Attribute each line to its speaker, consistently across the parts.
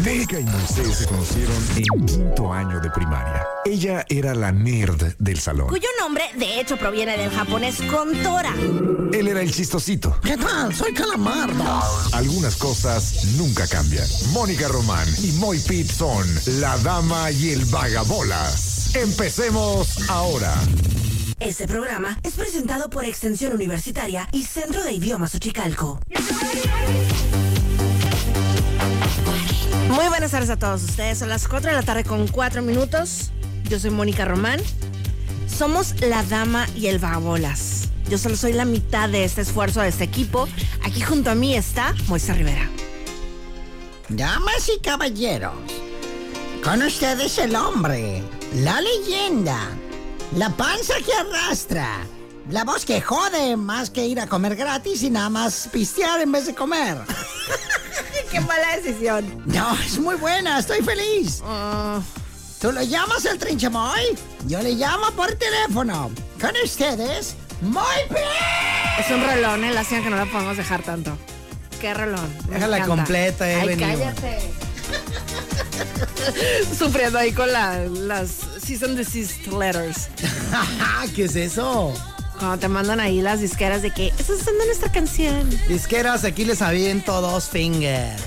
Speaker 1: Mónica y Moisés se conocieron en quinto año de primaria. Ella era la nerd del salón.
Speaker 2: cuyo nombre de hecho proviene del japonés Contora.
Speaker 1: Él era el chistosito.
Speaker 3: ¿Qué tal? Soy Calamardo.
Speaker 1: Algunas cosas nunca cambian. Mónica Román y Moy Pitt son la dama y el vagabolas. Empecemos ahora.
Speaker 4: Este programa es presentado por Extensión Universitaria y Centro de Idiomas Uchicalco.
Speaker 2: Muy buenas tardes a todos ustedes. Son las 4 de la tarde con 4 minutos. Yo soy Mónica Román. Somos la dama y el vagabolas. Yo solo soy la mitad de este esfuerzo, de este equipo. Aquí junto a mí está Moisés Rivera.
Speaker 3: Damas y caballeros, con ustedes el hombre, la leyenda, la panza que arrastra, la voz que jode más que ir a comer gratis y nada más pistear en vez de comer.
Speaker 2: ¡Qué mala decisión!
Speaker 3: No, es muy buena, estoy feliz.
Speaker 2: Oh.
Speaker 3: ¿Tú lo llamas el trinchamoy? Yo le llamo por teléfono. Con ustedes, muy bien.
Speaker 2: es un relón, ¿eh? La hacían que no la podemos dejar tanto. ¡Qué relón! Me
Speaker 5: Déjala
Speaker 2: encanta.
Speaker 5: completa, eh,
Speaker 2: ¡Ay,
Speaker 5: venimos.
Speaker 2: cállate! Sufriendo ahí con la- las cease and desist letters.
Speaker 5: ¿Qué es eso?
Speaker 2: Cuando te mandan ahí las disqueras de que estás usando nuestra canción.
Speaker 5: Disqueras, aquí les aviento dos fingers.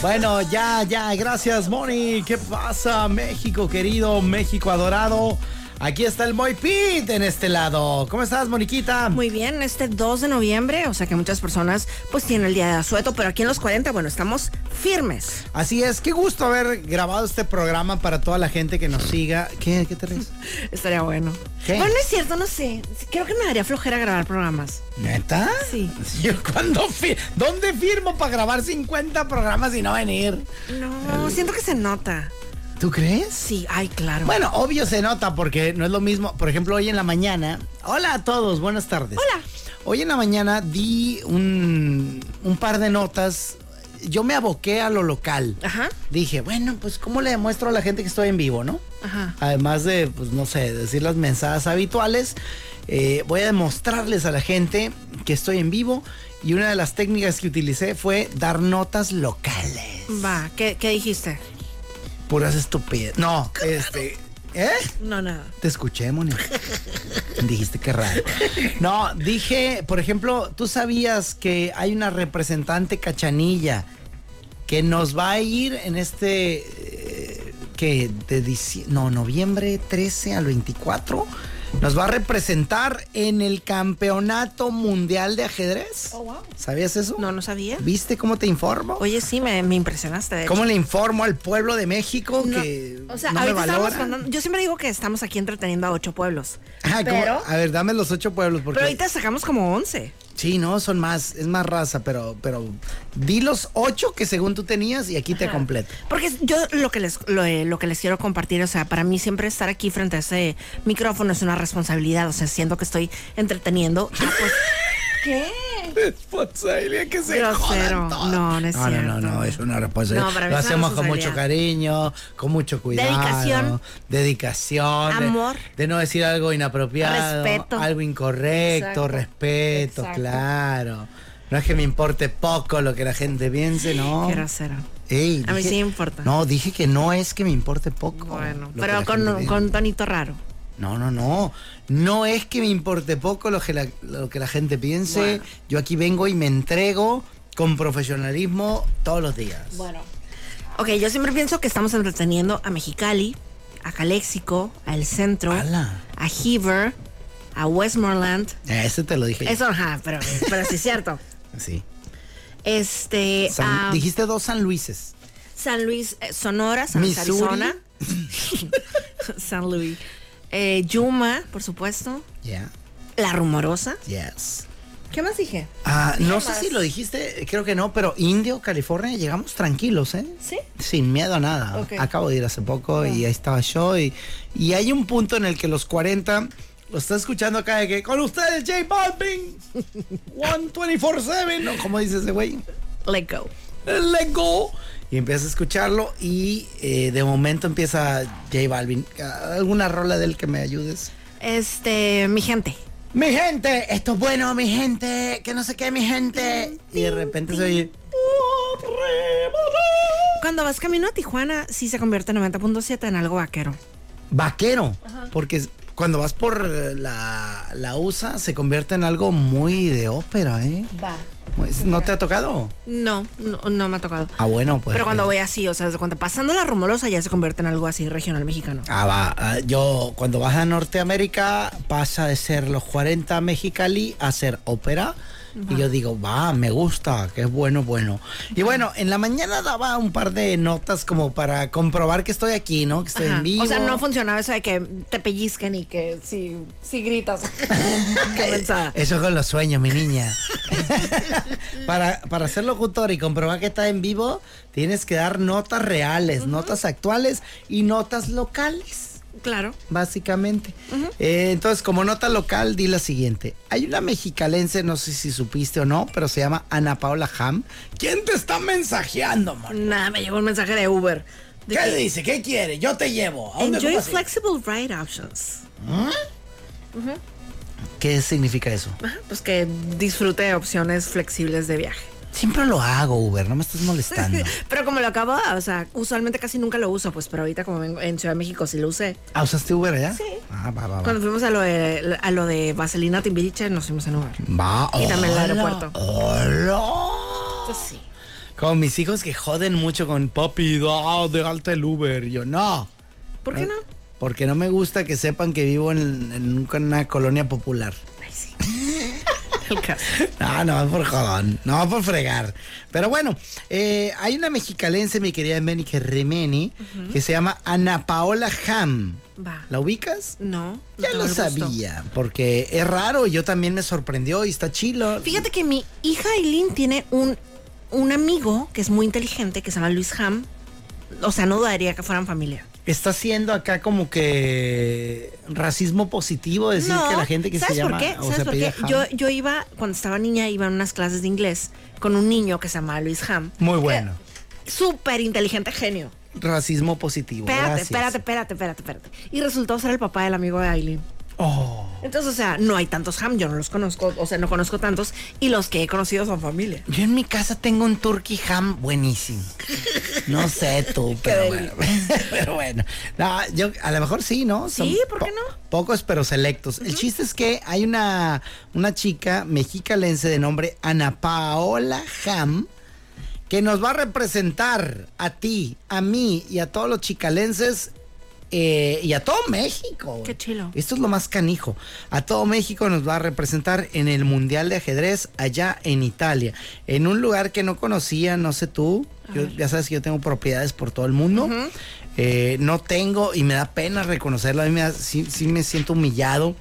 Speaker 5: Bueno, ya, ya, gracias, Moni. ¿Qué pasa, México querido, México adorado? Aquí está el Moy Pit en este lado. ¿Cómo estás, Moniquita?
Speaker 2: Muy bien, este 2 de noviembre, o sea que muchas personas pues tienen el día de asueto, pero aquí en los 40, bueno, estamos firmes.
Speaker 5: Así es, qué gusto haber grabado este programa para toda la gente que nos siga. ¿Qué, qué te ríes?
Speaker 2: Estaría bueno.
Speaker 5: ¿Qué?
Speaker 2: Bueno, no es cierto, no sé. Creo que me daría flojera grabar programas.
Speaker 5: ¿Neta?
Speaker 2: Sí.
Speaker 5: Yo cuando fir- ¿Dónde firmo para grabar 50 programas y no venir?
Speaker 2: No, siento que se nota.
Speaker 5: ¿Tú crees?
Speaker 2: Sí, ay, claro.
Speaker 5: Bueno, obvio se nota porque no es lo mismo. Por ejemplo, hoy en la mañana. Hola a todos, buenas tardes.
Speaker 2: Hola.
Speaker 5: Hoy en la mañana di un, un par de notas. Yo me aboqué a lo local.
Speaker 2: Ajá.
Speaker 5: Dije, bueno, pues, ¿cómo le demuestro a la gente que estoy en vivo, no?
Speaker 2: Ajá.
Speaker 5: Además de, pues, no sé, decir las mensajes habituales, eh, voy a demostrarles a la gente que estoy en vivo. Y una de las técnicas que utilicé fue dar notas locales.
Speaker 2: Va, ¿qué, qué dijiste?
Speaker 5: Puras estupidez. No, este. ¿Eh?
Speaker 2: No, nada.
Speaker 5: Te escuché, Moni. Dijiste que raro. No, dije, por ejemplo, tú sabías que hay una representante cachanilla que nos va a ir en este eh, que de dici- no, noviembre 13 al 24 nos va a representar en el Campeonato Mundial de Ajedrez. ¿Sabías eso?
Speaker 2: Oh, No, no sabía.
Speaker 5: ¿Viste cómo te informo?
Speaker 2: Oye, sí, me, me impresionaste. de hecho.
Speaker 5: ¿Cómo le informo al pueblo de México
Speaker 2: No,
Speaker 5: que
Speaker 2: o sea,
Speaker 5: no me
Speaker 2: ahorita estábamos
Speaker 5: valora?
Speaker 2: mandando- yo siempre digo que estamos aquí entreteniendo a ocho pueblos.
Speaker 5: Ah, ¿cómo?
Speaker 2: pero,
Speaker 5: a ver, dame los ocho pueblos porque
Speaker 2: pero ahorita sacamos como once.
Speaker 5: Sí, no, son más, es más raza, pero, pero di los ocho que según tú tenías y aquí te completo.
Speaker 2: Porque yo lo que les lo, eh, lo que les quiero compartir, o sea, para mí siempre estar aquí frente a ese micrófono es una responsabilidad, o sea, siento que estoy entreteniendo. Ah, pues, ¿Qué?
Speaker 5: Responsabilidad que
Speaker 2: se Grosero. jodan todos. No, no es
Speaker 5: no, No,
Speaker 2: cierto.
Speaker 5: no, es una responsabilidad.
Speaker 2: No, para mí
Speaker 5: Lo
Speaker 2: es una
Speaker 5: hacemos con
Speaker 2: responsabilidad.
Speaker 5: mucho cariño, con mucho cuidado.
Speaker 2: Dedicación.
Speaker 5: Dedicación. de-
Speaker 2: Amor.
Speaker 5: De, no decir algo inapropiado.
Speaker 2: Respeto.
Speaker 5: Algo incorrecto,
Speaker 2: Exacto.
Speaker 5: respeto,
Speaker 2: Exacto.
Speaker 5: claro. No es que me importe poco lo que la gente piense, no.
Speaker 2: Qué grosero.
Speaker 5: Ey,
Speaker 2: A mí
Speaker 5: dije-
Speaker 2: sí me importa.
Speaker 5: No, dije que no es que me importe poco.
Speaker 2: Bueno,
Speaker 5: lo que
Speaker 2: pero
Speaker 5: la gente
Speaker 2: con,
Speaker 5: piense.
Speaker 2: con tonito raro.
Speaker 5: No, no, no. No es que me importe poco lo que la, lo que la gente piense.
Speaker 2: Bueno.
Speaker 5: Yo aquí vengo y me entrego con profesionalismo todos los días.
Speaker 2: Bueno. Ok, yo siempre pienso que estamos entreteniendo a Mexicali, a Caléxico, al centro,
Speaker 5: Ala.
Speaker 2: a Heaver, a Westmoreland.
Speaker 5: Ese Eh, te lo dije.
Speaker 2: Eso, ajá, pero, pero sí es cierto.
Speaker 5: yo. Sí.
Speaker 2: Este,
Speaker 5: San-
Speaker 2: a
Speaker 5: dijiste dos San Luises.
Speaker 2: San Luis, eh, Sonora, San Luis,
Speaker 5: Missouri.
Speaker 2: Arizona. San Luis. Eh, Yuma, por supuesto.
Speaker 5: Ya.
Speaker 2: La Rumorosa.
Speaker 5: Yes.
Speaker 2: ¿Qué más dije?
Speaker 5: Ah, no sé
Speaker 2: más?
Speaker 5: si lo dijiste, creo que no, pero Indio, California, llegamos tranquilos, ¿eh?
Speaker 2: ¿Sí?
Speaker 5: Sin miedo a nada.
Speaker 2: Ok.
Speaker 5: Acabo de ir hace poco y ahí estaba yo. Y, y hay un punto en el que los 40 lo está escuchando acá de que con ustedes, J Balvin, 124-7, ¿no? ¿Cómo dice ese güey?
Speaker 2: Let go.
Speaker 5: Let's go. Y empieza a escucharlo y eh, de momento empieza J Balvin. ¿Alguna rola de él que me ayudes?
Speaker 2: Este, mi gente.
Speaker 5: Mi gente, esto es bueno, mi gente, que no sé qué, mi gente. Y de repente se oye.
Speaker 2: Cuando vas camino a Tijuana, sí se convierte 90.7 en algo vaquero.
Speaker 5: Vaquero. Porque es- cuando vas por eh, la, la USA se convierte en algo muy de ópera, ¿eh?
Speaker 2: Va.
Speaker 5: Pues, ¿No te ha tocado?
Speaker 2: No, no, no me ha tocado.
Speaker 5: Ah, bueno, pues.
Speaker 2: Pero cuando
Speaker 5: eh,
Speaker 2: voy así, o sea, desde cuando pasando la rumorosa ya se convierte en algo así regional mexicano.
Speaker 5: Ah, va. ah, Yo, cuando vas a Norteamérica, pasa de ser los 40 Mexicali a ser ópera. Y yo digo, va, me gusta, que es bueno, bueno. Y bueno, en la mañana daba un par de notas como para comprobar que estoy aquí, ¿no? Que estoy
Speaker 2: Ajá.
Speaker 5: en vivo.
Speaker 2: O sea, no funcionaba eso de que te pellizquen y que si, si gritas. Qué mensa.
Speaker 5: Eso con los sueños, mi niña. para, para ser locutor y comprobar que estás en vivo, tienes que dar notas reales, notas actuales y notas locales.
Speaker 2: Claro.
Speaker 5: básicamente. Eh, entonces, como nota local, di la siguiente. Hay una mexicalense, no sé si supiste o no, pero se llama Ana Paula Ham. ¿Quién te está mensajeando, man?
Speaker 2: Nada, me llegó un mensaje de Uber. De
Speaker 5: ¿Qué
Speaker 2: que,
Speaker 5: dice? ¿Qué quiere? Yo te llevo. ¿A dónde
Speaker 2: Enjoy
Speaker 5: ocupas ir?
Speaker 2: flexible ride options.
Speaker 5: ¿Qué significa eso?
Speaker 2: Ajá, Pues que disfrute de opciones flexibles de viaje.
Speaker 5: Siempre lo hago, Uber, no me estás molestando.
Speaker 2: Pero como lo acabo, o sea, usualmente casi nunca lo uso, pues, pero ahorita como vengo en Ciudad de México sí lo usé.
Speaker 5: ¿Ah, usaste Uber allá?
Speaker 2: Sí.
Speaker 5: Ah, va, va, va.
Speaker 2: Cuando fuimos a lo de, a lo de Vaselina Timbiriche, nos fuimos en Uber.
Speaker 5: Va,
Speaker 2: Y también el
Speaker 5: hola,
Speaker 2: aeropuerto.
Speaker 5: Hola.
Speaker 2: Entonces, sí.
Speaker 5: Con mis hijos que joden mucho con papi, da, déjate el Uber. Yo, no.
Speaker 2: ¿Por
Speaker 5: Ah.
Speaker 2: qué no?
Speaker 5: Porque no me gusta que sepan que vivo en, en un- en una colonia popular.
Speaker 2: Ay, sí. El caso.
Speaker 5: No, no, por jodón, no, por fregar. Pero bueno, eh, hay una mexicalense, mi querida Meni que Remeni, que se llama Ana Paola Ham.
Speaker 2: Va.
Speaker 5: ¿La ubicas?
Speaker 2: No. no
Speaker 5: Ya
Speaker 2: tengo
Speaker 5: lo
Speaker 2: el gusto.
Speaker 5: sabía, porque es raro, yo también me sorprendió y está chilo.
Speaker 2: Fíjate que mi hija Aileen tiene un, un amigo que es muy inteligente, que se llama Luis Ham. O sea, no dudaría que fueran familia.
Speaker 5: Está haciendo acá como que racismo positivo decir
Speaker 2: no,
Speaker 5: que la gente que se
Speaker 2: ¿sabes por
Speaker 5: llama
Speaker 2: qué?
Speaker 5: o
Speaker 2: ¿Sabes
Speaker 5: se
Speaker 2: por
Speaker 5: apellida
Speaker 2: qué?
Speaker 5: Ham.
Speaker 2: Yo, yo iba, cuando estaba niña, iba a unas clases de inglés con un niño que se llamaba Luis Ham.
Speaker 5: Muy bueno.
Speaker 2: Súper inteligente, genio.
Speaker 5: Racismo positivo.
Speaker 2: Espérate,
Speaker 5: gracias.
Speaker 2: espérate, espérate, espérate, espérate. Y resultó ser el papá del amigo de Aileen.
Speaker 5: Oh.
Speaker 2: Entonces, o sea, no hay tantos Ham, yo no los conozco, o sea, no conozco tantos, y los que he conocido son familia.
Speaker 5: Yo en mi casa tengo un turkey ham buenísimo. No sé tú, pero bueno. Pero bueno. No, yo, a lo mejor sí, ¿no?
Speaker 2: Sí, ¿por qué no?
Speaker 5: Pocos, pero selectos. El chiste es que hay una, una chica mexicalense de nombre Ana Paola Ham que nos va a representar a ti, a mí y a todos los chicalenses eh, y a todo México. güey.
Speaker 2: Qué chilo.
Speaker 5: Esto es lo más canijo. A todo México nos va a representar en el Mundial de Ajedrez allá en Italia, en un lugar que no conocía, no sé tú. Yo- ya sabes que yo tengo propiedades por todo el mundo. Eh, no tengo y me da pena reconocerlo. A mí me da- sí, sí me siento humillado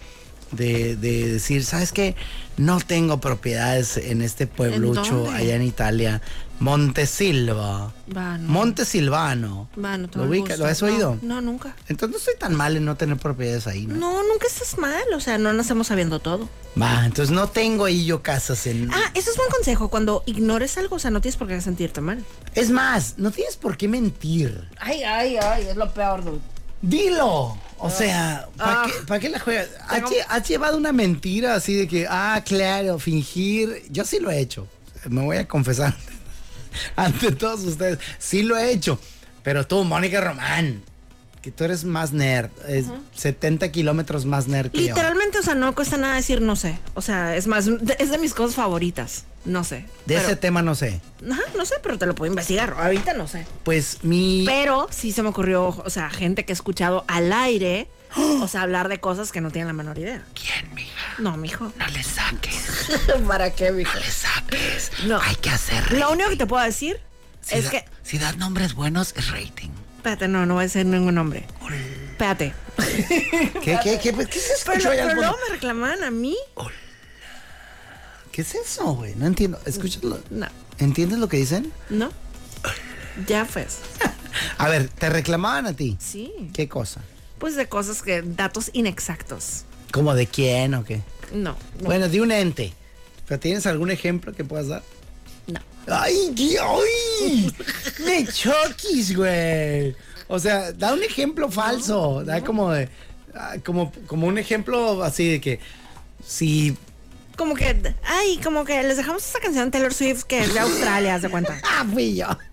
Speaker 5: de, de decir, ¿sabes qué? No tengo propiedades en este pueblucho
Speaker 2: dónde?
Speaker 5: allá en Italia. Montesilva.
Speaker 2: Va, no.
Speaker 5: Montesilvano.
Speaker 2: Va, no tengo
Speaker 5: ¿Lo
Speaker 2: el
Speaker 5: ubica-
Speaker 2: gusto.
Speaker 5: ¿Lo has
Speaker 2: No,
Speaker 5: oído?
Speaker 2: No, nunca.
Speaker 5: Entonces no estoy tan mal en no tener propiedades ahí, ¿no?
Speaker 2: No, nunca estás mal, o sea, no nacemos sabiendo todo.
Speaker 5: Va, entonces no tengo ahí yo casas en...
Speaker 2: Ah, eso es buen consejo, cuando ignores algo, o sea, no tienes por qué sentirte mal.
Speaker 5: Es más, no tienes por qué mentir.
Speaker 2: Ay, ay, ay, es lo peor, dude.
Speaker 5: Dilo. O sea, ¿para
Speaker 2: Ah.
Speaker 5: qué, pa' qué la juegas? ¿Has, lle- has llevado una mentira así de que, ah, claro, fingir? Yo sí lo he hecho. Me voy a confesar ante todos ustedes. Sí lo he hecho. Pero tú, Mónica Román, que tú eres más nerd. Es 70 kilómetros más nerd que yo.
Speaker 2: Literalmente, o sea, no cuesta nada decir no sé. O sea, es más, de- es de mis cosas favoritas. No sé.
Speaker 5: De
Speaker 2: Pero-
Speaker 5: ese tema no sé.
Speaker 2: Ajá, no sé, pero te lo puedo investigar. Ahorita no sé.
Speaker 5: Pues mi...
Speaker 2: Pero sí se me ocurrió, o sea, gente que he escuchado al aire, o sea, hablar de cosas que no tienen la menor idea.
Speaker 5: ¿Quién, mija?
Speaker 2: No, mijo.
Speaker 5: No le saques.
Speaker 2: ¿Para qué, mijo?
Speaker 5: le saques.
Speaker 2: No.
Speaker 5: que hacer
Speaker 2: Lo único que te puedo decir es que.
Speaker 5: si das nombres buenos, es rating.
Speaker 2: Espérate, no, no voy a decir ningún nombre. Espérate.
Speaker 5: ¿Qué, qué, qué, qué se escuchó
Speaker 2: Pero,
Speaker 5: allá
Speaker 2: pero
Speaker 5: al fondo?
Speaker 2: luego me reclaman a mí.
Speaker 5: ¿Qué es eso, güey? No entiendo. Escúchalo.
Speaker 2: No,
Speaker 5: ¿Entiendes lo que dicen?
Speaker 2: no. Ya pues.
Speaker 5: A ver, te reclamaban a ti.
Speaker 2: Sí.
Speaker 5: ¿Qué cosa?
Speaker 2: Pues de cosas que. datos inexactos.
Speaker 5: ¿Como de quién o qué?
Speaker 2: No, no.
Speaker 5: Bueno, de un ente. ¿Pero tienes algún ejemplo que puedas dar?
Speaker 2: no.
Speaker 5: ¡Ay, qué- ay! ¡Me choquis, güey! O sea, da un ejemplo falso. Da como de. ah, Como, como un ejemplo así de que. Si.
Speaker 2: Como que. Ay, como que les dejamos esa canción de Taylor Swift que es de Australia, haz de cuenta.
Speaker 5: ¡Ah, fui yo!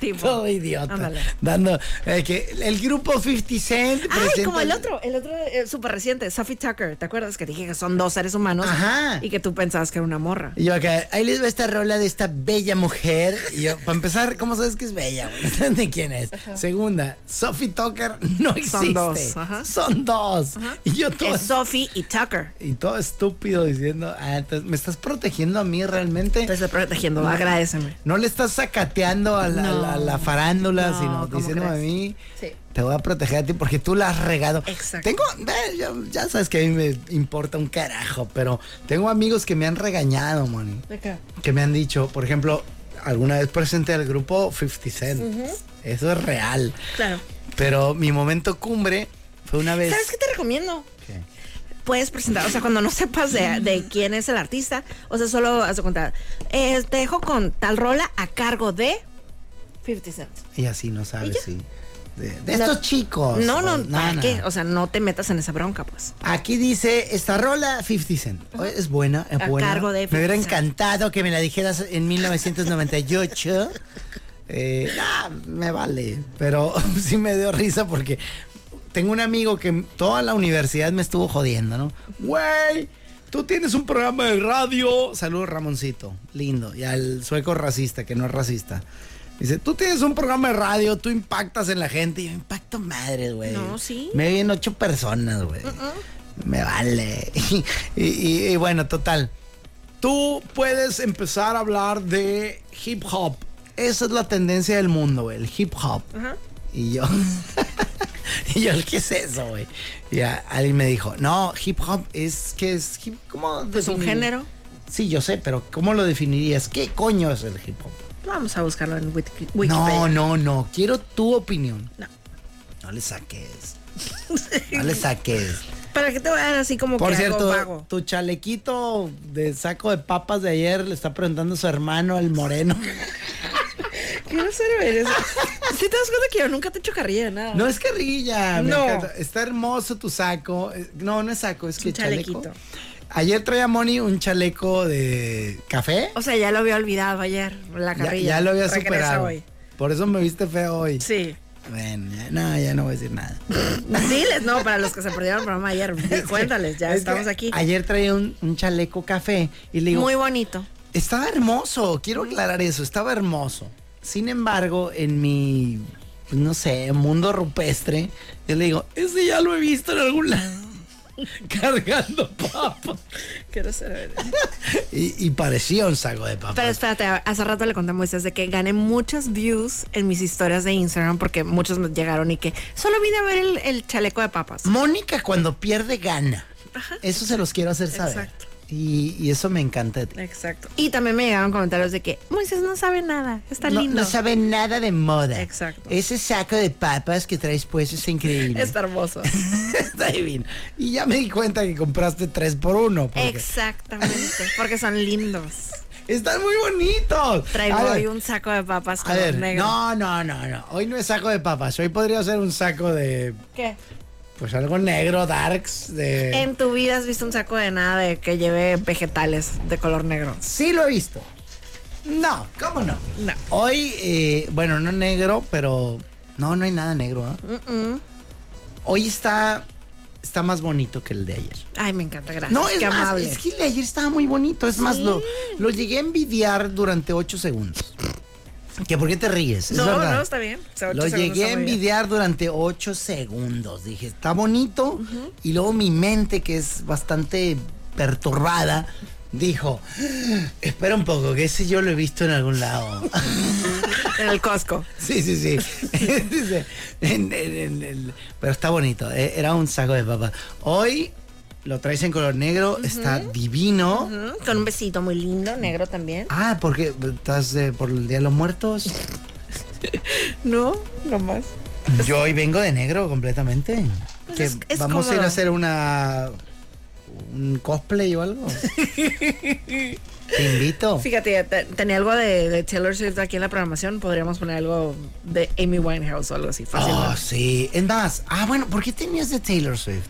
Speaker 2: Tipo.
Speaker 5: Todo idiota.
Speaker 2: Ándale.
Speaker 5: Dando. eh, que el grupo 50 Cent.
Speaker 2: Ay, como
Speaker 5: presenta-
Speaker 2: el otro, el otro eh, súper reciente, Sophie Tucker. ¿Te acuerdas que dije que son dos seres humanos?
Speaker 5: Ajá.
Speaker 2: Y que tú pensabas que era una morra.
Speaker 5: Y yo acá, ahí les va esta rola de esta bella mujer. Y yo, para empezar, ¿cómo sabes que es bella? güey? ¿Sabes ¿De quién es? Segunda, Sophie Tucker no existe.
Speaker 2: Son dos, ajá.
Speaker 5: Son dos. Y yo todo,
Speaker 2: Es Sophie y Tucker.
Speaker 5: y todo estúpido diciendo, ah, entonces, ¿me estás protegiendo a mí realmente?
Speaker 2: Te estoy protegiendo, agradeceme.
Speaker 5: No le estás sacateando a la,
Speaker 2: No.
Speaker 5: la- la farándula,
Speaker 2: No,
Speaker 5: sino
Speaker 2: ¿cómo
Speaker 5: diciéndome
Speaker 2: crees?
Speaker 5: a mí,
Speaker 2: Sí.
Speaker 5: te voy a proteger a ti porque tú la has regado.
Speaker 2: Exacto.
Speaker 5: Tengo, ve, yo- ya sabes que a mí me importa un carajo, pero tengo amigos que me han regañado, Moni. Que me han dicho, por ejemplo, alguna vez presenté al grupo 50 Cent. Eso es real.
Speaker 2: Claro.
Speaker 5: Pero mi momento cumbre fue una vez...
Speaker 2: ¿Sabes qué te recomiendo?
Speaker 5: ¿Qué?
Speaker 2: Puedes presentar, o sea, cuando no sepas de, de quién es el artista, o sea, solo haz de cuenta. eh, te dejo con tal rola a cargo de 50 Cent.
Speaker 5: Y así no sabes si... De, de
Speaker 2: No.
Speaker 5: estos chicos.
Speaker 2: No,
Speaker 5: o-
Speaker 2: no, ¿para
Speaker 5: no.
Speaker 2: qué? O sea, no te metas en esa bronca, pues.
Speaker 5: Aquí dice esta rola 50 Cent. Es buena, es
Speaker 2: A
Speaker 5: buena.
Speaker 2: cargo de
Speaker 5: me
Speaker 2: 50
Speaker 5: hubiera
Speaker 2: Cent.
Speaker 5: encantado que me la dijeras en 1998. Eh, nah, me vale, pero sí me dio risa porque tengo un amigo que toda la universidad me estuvo jodiendo, ¿no? Güey, tú tienes un programa de radio. Saludos Ramoncito, lindo. Y al sueco racista, que no es racista. Dice, tú tienes un programa de radio, tú impactas en la gente. Y yo, impacto madre, güey.
Speaker 2: No, sí.
Speaker 5: Me vienen ocho personas, güey. Me vale. Y, y- y bueno, total. Tú puedes empezar a hablar de hip hop. Esa es la tendencia del mundo, güey, el hip hop. Y yo. y yo, ¿qué es eso, güey? Y a- alguien me dijo, no, hip hop es que es. hip- ¿Cómo
Speaker 2: Pues un
Speaker 5: definir?
Speaker 2: género.
Speaker 5: Sí, yo sé, pero ¿cómo lo definirías? ¿Qué coño es el hip hop?
Speaker 2: pues, Vamos a buscarlo en Wiki- Wikipedia.
Speaker 5: No, no, no. Quiero tu opinión.
Speaker 2: No.
Speaker 5: No le saques. No le saques.
Speaker 2: ¿Para qué te voy a dar así como
Speaker 5: Por
Speaker 2: que algo
Speaker 5: cierto,
Speaker 2: vago?
Speaker 5: tu chalequito de saco de papas de ayer le está preguntando a su hermano, el moreno.
Speaker 2: ¿Qué grosero eres? ¿Sí te das cuenta que yo nunca te echo carrilla de nada?
Speaker 5: No es carrilla. me
Speaker 2: No.
Speaker 5: encanta. Está hermoso tu saco. Eh, No, no es saco, es que
Speaker 2: un
Speaker 5: chaleco.
Speaker 2: chalequito.
Speaker 5: Ayer traía Moni un chaleco de café.
Speaker 2: O sea, ya lo había olvidado ayer, la
Speaker 5: Ya,
Speaker 2: carrilla.
Speaker 5: ya lo había
Speaker 2: Regresa
Speaker 5: superado.
Speaker 2: hoy.
Speaker 5: Por eso me viste feo hoy.
Speaker 2: Sí.
Speaker 5: Bueno, ya- no, ya no voy a decir nada.
Speaker 2: Diles, no, para los que se perdieron el programa ayer, cuéntales, ya
Speaker 5: Es que
Speaker 2: estamos aquí.
Speaker 5: Ayer traía un, un chaleco café y le digo,
Speaker 2: Muy bonito.
Speaker 5: Estaba hermoso, quiero aclarar eso, estaba hermoso. Sin embargo, en mi, pues, no sé, mundo rupestre, yo le digo, ese ya lo he visto en algún lado, cargando papa.
Speaker 2: Quiero saber.
Speaker 5: Y, y parecía un saco de papa.
Speaker 2: Pero espérate, hace rato le conté a Moisés de que gané muchas views en mis historias de Instagram porque muchos me llegaron y que solo vine a ver el, el chaleco de papas.
Speaker 5: Mónica cuando pierde gana. Eso se los quiero hacer saber.
Speaker 2: Exacto.
Speaker 5: Y, y eso me encanta de ti.
Speaker 2: Exacto. Y también me llegaron comentarios de que Moisés no sabe nada, está
Speaker 5: No,
Speaker 2: lindo.
Speaker 5: no sabe nada de moda.
Speaker 2: Exacto.
Speaker 5: Ese saco de papas que traes puesto es increíble.
Speaker 2: Está hermoso.
Speaker 5: Está divino. Y ya me di cuenta que compraste tres por uno. porque
Speaker 2: Exactamente, porque son lindos.
Speaker 5: Están muy bonitos.
Speaker 2: Traigo
Speaker 5: A ver,
Speaker 2: hoy un saco de papas
Speaker 5: A
Speaker 2: color
Speaker 5: ver,
Speaker 2: negro.
Speaker 5: no, no, no, no. Hoy no es saco de papas. Hoy podría ser un saco de,
Speaker 2: ¿Qué?
Speaker 5: pues algo negro, darks, de...
Speaker 2: En tu vida has visto un saco de nada de que lleve vegetales de color negro.
Speaker 5: Sí lo he visto. No, ¿cómo no?
Speaker 2: No.
Speaker 5: Hoy, eh, bueno, no negro, pero... No, no hay nada negro. ¿ah?
Speaker 2: Mm.
Speaker 5: Hoy está, está más bonito que el de ayer.
Speaker 2: Ay, me encanta, gracias.
Speaker 5: No, es
Speaker 2: Qué
Speaker 5: más,
Speaker 2: amable.
Speaker 5: es que el de ayer estaba muy bonito. Es más, lo, lo llegué a envidiar durante ocho segundos. ¿Que ¿Por qué te ríes? Es
Speaker 2: no,
Speaker 5: verdad.
Speaker 2: no, está bien. O sea, ocho
Speaker 5: Lo
Speaker 2: segundos
Speaker 5: llegué a
Speaker 2: está muy bien.
Speaker 5: envidiar durante ocho segundos. Dije, está bonito. Y luego mi mente, que es bastante perturbada, dijo, espera un poco, que ese yo lo he visto en algún lado.
Speaker 2: En el Costco.
Speaker 5: sí, sí, sí. Dice, en- en- en el- Pero está bonito. eh, Era un saco de papa. Hoy lo traes en color negro. Está divino.
Speaker 2: Ujú, Con un besito muy lindo, negro también.
Speaker 5: Ah, porque estás eh, por el Día de los Muertos.
Speaker 2: No, nomás.
Speaker 5: Yo hoy vengo de negro completamente.
Speaker 2: Pues
Speaker 5: Que
Speaker 2: es- es
Speaker 5: vamos a ir
Speaker 2: cómodo.
Speaker 5: a hacer una un cosplay o algo. Te invito.
Speaker 2: Fíjate, te- tenía algo de, de Taylor Swift aquí en la programación. Podríamos poner algo de Amy Winehouse o algo así. Fácil.
Speaker 5: Oh, sí. Es más, ah, bueno, ¿por qué tenías de Taylor Swift?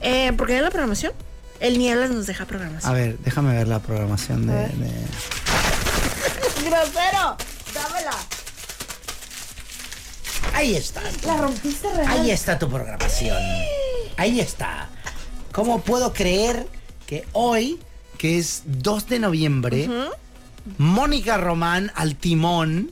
Speaker 2: Eh, ¿Por qué en la programación? El Nieblas nos deja
Speaker 5: A
Speaker 2: programación.
Speaker 5: ver, déjame ver la programación de. de-
Speaker 2: ¡Grosero! ¡Dámela!
Speaker 5: Ahí está.
Speaker 2: La rompiste real.
Speaker 5: Ahí está tu programación. Ahí está. ¿Cómo puedo creer que hoy, que es 2 de noviembre, Mónica Román al timón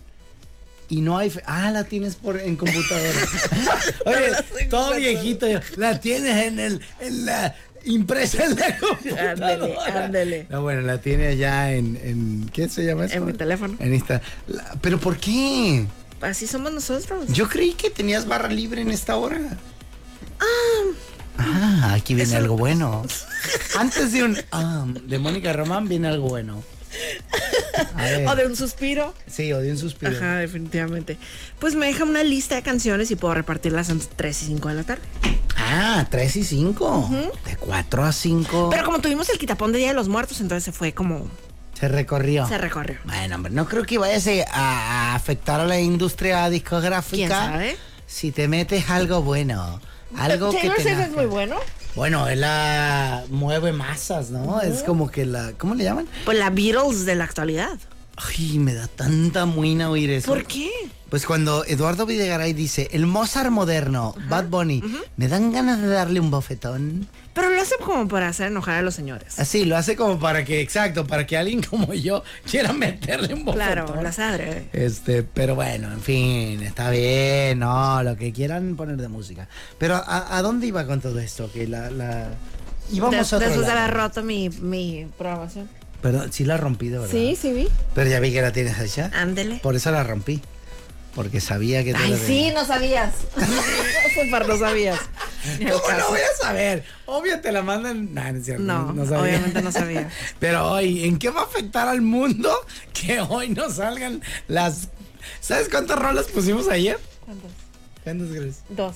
Speaker 5: y no hay... fe- Ah, la tienes por en computadora. Oye, todo viejito. yo, La tienes en, el, en la... Impresa en la computadora.
Speaker 2: Ándele, ándele.
Speaker 5: No, bueno, la tiene allá en... en- ¿Qué se llama eso?
Speaker 2: En mi teléfono.
Speaker 5: En Insta. La- ¿Pero por qué?
Speaker 2: Así somos nosotros.
Speaker 5: Yo creí que tenías barra libre en esta hora. Ah, aquí viene algo bueno. Antes de un ah de Mónica Román viene algo bueno. A ver.
Speaker 2: O de un suspiro.
Speaker 5: eh, Sí, o de un suspiro.
Speaker 2: Ajá, definitivamente. Pues me deja una lista de canciones y puedo repartirlas entre 3 y 5 de la tarde.
Speaker 5: Ah, 3 y 5. De 4 a 5.
Speaker 2: Pero como tuvimos el quitapón de Día de los Muertos, entonces se fue como.
Speaker 5: Se recorrió.
Speaker 2: Se recorrió.
Speaker 5: Bueno, hombre, no creo que vayas a- a afectar a la industria discográfica.
Speaker 2: ¿Quién sabe?
Speaker 5: Si te metes algo bueno. Algo que
Speaker 2: Taylor
Speaker 5: te
Speaker 2: Swift es
Speaker 5: nazca.
Speaker 2: muy bueno.
Speaker 5: Bueno, él la mueve masas, ¿no? Es como que la. ¿Cómo le llaman?
Speaker 2: Pues la Beatles de la actualidad.
Speaker 5: Ay, me da tanta muina oír eso.
Speaker 2: ¿Por qué?
Speaker 5: Pues cuando Eduardo Videgaray dice el Mozart moderno, Bad Bunny, me dan ganas de darle un bofetón.
Speaker 2: Pero lo hace como para hacer enojar a los señores.
Speaker 5: Así, lo hace como para que, exacto, para que alguien como yo quiera meterle un bofetón.
Speaker 2: Claro, la sadre.
Speaker 5: Este, pero bueno, en fin, está bien, no, lo que quieran poner de música. Pero ¿a, a dónde iba con todo esto? Que la, la... Íbamos a otro
Speaker 2: después de
Speaker 5: lado.
Speaker 2: haber roto mi, mi programación.
Speaker 5: Perdón, sí la rompí, de ¿verdad?
Speaker 2: sí vi.
Speaker 5: Pero ya vi que la tienes allá.
Speaker 2: Ándele.
Speaker 5: Por eso la rompí. Porque sabía que te
Speaker 2: Ay,
Speaker 5: la
Speaker 2: sí, no sabías. Súper no sabías. Ni al
Speaker 5: ¿Cómo no
Speaker 2: caso.
Speaker 5: voy a saber? Obvio te la mandan. Nah, no, es cierto,
Speaker 2: No, obviamente no sabía.
Speaker 5: Pero hoy, ¿en qué va a afectar al mundo que hoy no salgan las. ¿Sabes cuántas rolas pusimos ayer?
Speaker 2: ¿Cuántas?
Speaker 5: ¿Cuántas crees?
Speaker 2: Dos.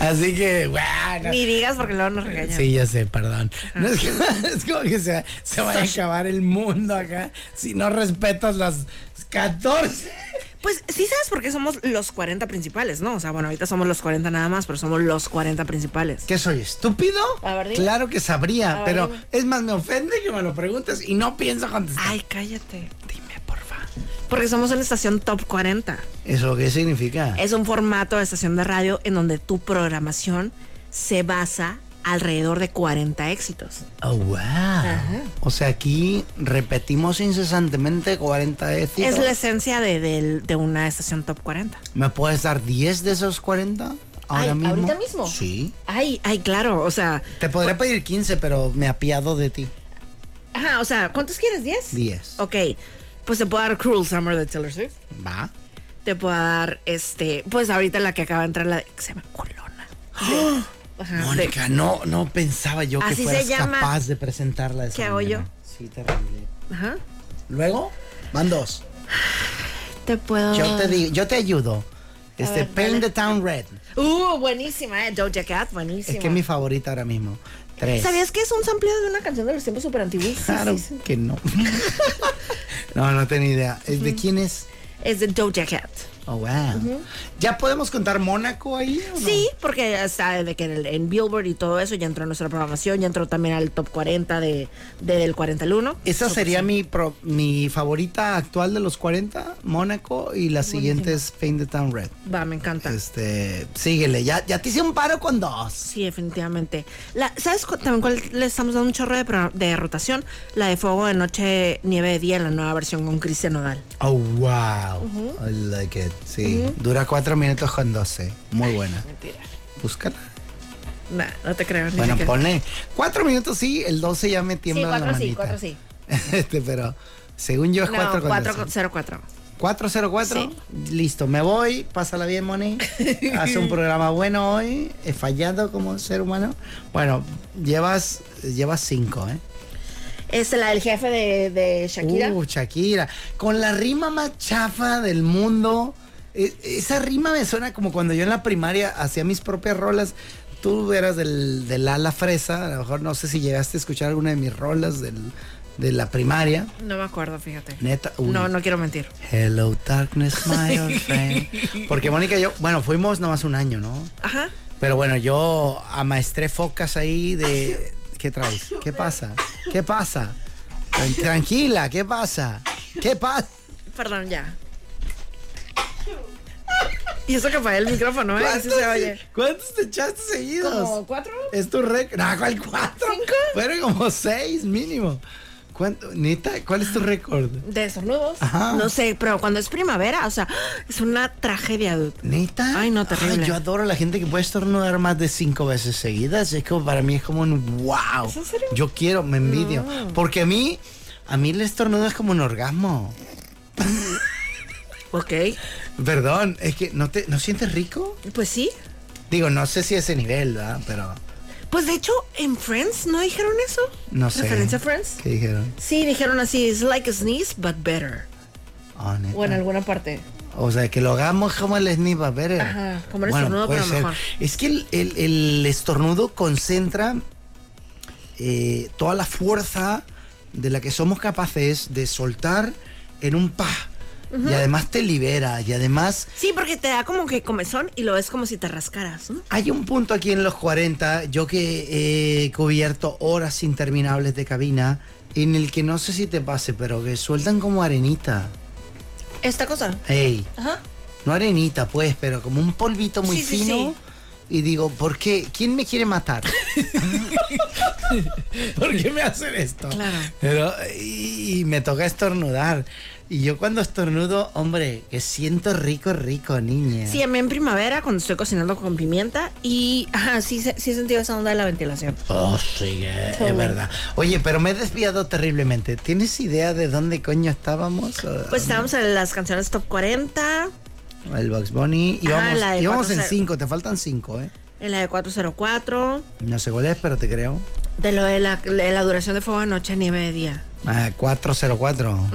Speaker 5: Así que, bueno.
Speaker 2: Ni digas porque luego nos regañan.
Speaker 5: Sí, ya sé, perdón. No es, que, es como que se, se vaya a acabar el mundo acá si no respetas las 14.
Speaker 2: Pues sí sabes por qué somos los 40 principales, ¿no? O sea, bueno, ahorita somos los 40 nada más, pero somos los 40 principales.
Speaker 5: ¿Qué soy estúpido?
Speaker 2: A ver, dime.
Speaker 5: claro que sabría,
Speaker 2: A ver,
Speaker 5: pero
Speaker 2: dime.
Speaker 5: es más, me ofende que me lo preguntes y no pienso contestar.
Speaker 2: Ay, cállate.
Speaker 5: Dime, porfa.
Speaker 2: Porque somos una estación top 40.
Speaker 5: ¿Eso qué significa?
Speaker 2: Es un formato de estación de radio en donde tu programación se basa alrededor de 40 éxitos.
Speaker 5: Oh, wow. O sea, aquí repetimos incesantemente 40 éxitos.
Speaker 2: Es la esencia de, del- de una estación top 40.
Speaker 5: ¿Me puedes dar 10 de esos 40 ahora
Speaker 2: Ay,
Speaker 5: mismo?
Speaker 2: ¿ahorita mismo?
Speaker 5: Sí.
Speaker 2: Ay, ay, claro, o sea,
Speaker 5: Te podría pedir 15, pero me apiado de ti.
Speaker 2: ajá, o sea, ¿cuántos quieres? ¿10?
Speaker 5: 10.
Speaker 2: Ok, pues te puedo dar Cruel Summer de Taylor Swift.
Speaker 5: Va.
Speaker 2: Te puedo dar, este, pues ahorita la que acaba de entrar, la de, que se llama Colona. De- ajá, de-
Speaker 5: ¡Ah! Mónica, no, no pensaba yo que
Speaker 2: Así se
Speaker 5: fueras
Speaker 2: llama.
Speaker 5: capaz de presentarla de esa
Speaker 2: ¿Qué hago
Speaker 5: manera.
Speaker 2: yo?
Speaker 5: Sí, terrible.
Speaker 2: ajá.
Speaker 5: Luego, van dos.
Speaker 2: Te puedo...
Speaker 5: Yo te digo, yo te ayudo. Este,
Speaker 2: Ah. ver,
Speaker 5: Paint
Speaker 2: dale.
Speaker 5: the Town Red.
Speaker 2: Uh, buenísima, eh, Doja Cat, buenísima.
Speaker 5: Es que es mi favorita ahora mismo. Tres.
Speaker 2: ¿Sabías que es un sampleo de una canción de los tiempos super antiguos?
Speaker 5: Claro que no. no, no tenía idea. ¿Es ¿De quién es?
Speaker 2: Es de Doja Cat.
Speaker 5: Oh, wow. ¿Ya podemos contar Mónaco ahí? o no?
Speaker 2: Sí, porque ya está de que en, el- en Billboard y todo eso ya entró en nuestra programación, ya entró también al top 40 de, de- del 40 al 1.
Speaker 5: Esa sería mi, pro- mi favorita actual de los 40, Mónaco, y la siguiente es Paint the Town Red.
Speaker 2: Va, me encanta.
Speaker 5: Este, síguele, ya, ya te hice un paro con dos.
Speaker 2: Sí, definitivamente. La, ¿Sabes cu- también cuál le estamos dando un chorro de, pro- de rotación? La de Fuego de Noche, Nieve de Día, la nueva versión con Cristian Nodal.
Speaker 5: Oh, wow. I like it. Sí, dura 4 minutos con 12. Muy buena.
Speaker 2: Mentira.
Speaker 5: Búscala.
Speaker 2: Nah, no te creo. ni
Speaker 5: Bueno,
Speaker 2: siquiera.
Speaker 5: ponle 4 minutos sí, el 12 ya me tiembla la
Speaker 2: cuatro sí,
Speaker 5: manita.
Speaker 2: cuatro sí.
Speaker 5: Este, pero según yo es 4
Speaker 2: No,
Speaker 5: con 12.
Speaker 2: 404.
Speaker 5: 404, listo, me voy, pásala bien, Moni. Hace un programa bueno hoy, he fallado como ser humano. Bueno, llevas llevas cinco, ¿eh?
Speaker 2: Es la del jefe de, de Shakira.
Speaker 5: Uh, Shakira, con la rima más chafa del mundo. E- esa rima me suena como cuando yo en la primaria hacía mis propias rolas. Tú eras del, del ala fresa, a lo mejor no sé si llegaste a escuchar alguna de mis rolas del- de la primaria.
Speaker 2: No me acuerdo, fíjate.
Speaker 5: Neta, uy.
Speaker 2: No, no quiero mentir.
Speaker 5: Hello darkness, my old friend. Porque Mónica y yo, bueno, fuimos nomás un año, ¿no?
Speaker 2: Ajá.
Speaker 5: Pero bueno, yo amaestré focas ahí de... ¿Qué traes? ¿Qué pasa? ¿Qué pasa? Tran- Tranquila, ¿qué pasa? ¿Qué pasa?
Speaker 2: Perdón, ya. Y eso que fue el micrófono, ¿eh? Así
Speaker 5: ¿Cuántos,
Speaker 2: se oye.
Speaker 5: cuántos te echaste seguidos?
Speaker 2: ¿Como cuatro?
Speaker 5: Es tu récord. No, ¿cuál cuatro?
Speaker 2: ¿Cinco?
Speaker 5: Fueron como seis mínimo. ¿Cuánto? Nita, ¿cuál es tu récord?
Speaker 2: De estornudos.
Speaker 5: Ajá.
Speaker 2: No sé, pero cuando es primavera, o sea, es una tragedia. dude.
Speaker 5: Nita.
Speaker 2: Ay, no, terrible.
Speaker 5: yo adoro a la gente que puede estornudar más de cinco veces seguidas. Es como para mí es como un wow.
Speaker 2: ¿Es en serio?
Speaker 5: Yo quiero, me envidio. Porque a mí, a mí el estornudo es como un orgasmo.
Speaker 2: Ok.
Speaker 5: Perdón, es que no te, ¿no sientes rico?
Speaker 2: Pues sí.
Speaker 5: Digo, no sé si a ese nivel, ¿verdad? Pero
Speaker 2: Pues de hecho, en Friends no dijeron eso.
Speaker 5: no sé.
Speaker 2: ¿Referencia a Friends?
Speaker 5: ¿Qué dijeron?
Speaker 2: Sí, dijeron así, it's like a sneeze, but better.
Speaker 5: Ah, neta.
Speaker 2: O en alguna parte.
Speaker 5: O sea, que lo hagamos como el sniff a ver. eh.
Speaker 2: Ajá, como el estornudo,
Speaker 5: puede
Speaker 2: pero
Speaker 5: ser.
Speaker 2: mejor.
Speaker 5: Es que el, el- el estornudo concentra eh, toda la fuerza de la que somos capaces de soltar en un pa. Y además te libera, y además
Speaker 2: Sí, porque te da como que comezón y lo es como si te rascaras, ¿no?
Speaker 5: Hay un punto aquí en los 40, yo que he cubierto horas interminables de cabina, en el que no sé si te pase, pero que sueltan como arenita.
Speaker 2: Esta cosa. Ah.
Speaker 5: Ey,
Speaker 2: Ajá.
Speaker 5: no arenita pues, pero como un polvito muy
Speaker 2: Sí, sí,
Speaker 5: fino.
Speaker 2: sí.
Speaker 5: Y digo, ¿por qué? ¿Quién me quiere matar? ¿Por qué me hacen esto?
Speaker 2: Claro.
Speaker 5: Pero, y, y me toca estornudar. Y yo cuando estornudo, hombre, que siento rico, rico, niña.
Speaker 2: Sí, a mí en primavera cuando estoy cocinando con pimienta y ajá, sí, se- sí he sentido esa onda de la ventilación.
Speaker 5: Oh, sí, eh, es verdad. Oye, pero me he desviado terriblemente. ¿Tienes idea de dónde coño estábamos? O-
Speaker 2: Pues estábamos en las canciones top 40,
Speaker 5: El Box Bunny.
Speaker 2: Ah,
Speaker 5: Íbamos,
Speaker 2: la de
Speaker 5: íbamos en
Speaker 2: 4-0.
Speaker 5: cinco, te faltan cinco, ¿eh?
Speaker 2: en la de 404,
Speaker 5: No sé cuál es, pero te creo.
Speaker 2: de lo de la, de la duración de fuego de noche, nieve de día.
Speaker 5: Ah, 404.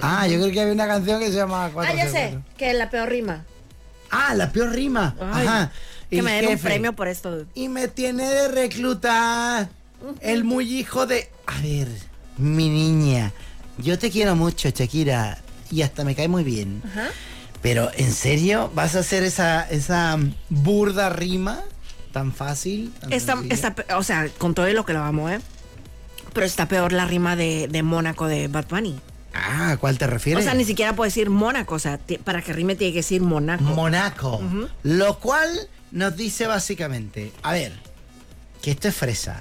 Speaker 5: Ah, yo creo que había una canción que se llamaba
Speaker 2: Ah,
Speaker 5: 404.
Speaker 2: ya sé, que la peor rima.
Speaker 5: Ah, la peor rima.
Speaker 2: Ay,
Speaker 5: Ajá.
Speaker 2: Que
Speaker 5: El
Speaker 2: me den un
Speaker 5: jefe.
Speaker 2: premio por esto. dude.
Speaker 5: Y me tiene de recluta. El muy hijo de. A ver, mi niña. Yo te quiero mucho, Shakira. Y hasta me cae muy bien. Pero, ¿en serio? ¿Vas a hacer esa, esa burda rima tan fácil? tan
Speaker 2: Está,
Speaker 5: sencilla?
Speaker 2: está, pe- o sea, con todo y lo que lo amo, ¿eh? Pero está peor la rima de, de Mónaco de Bad Bunny.
Speaker 5: Ah, ¿a cuál te
Speaker 2: O
Speaker 5: refieres?
Speaker 2: sea, ni siquiera puedo decir Mónaco. O sea, ti- para que rime tiene que decir Mónaco.
Speaker 5: Monaco. Lo cual nos dice básicamente: A ver, que esto es fresa.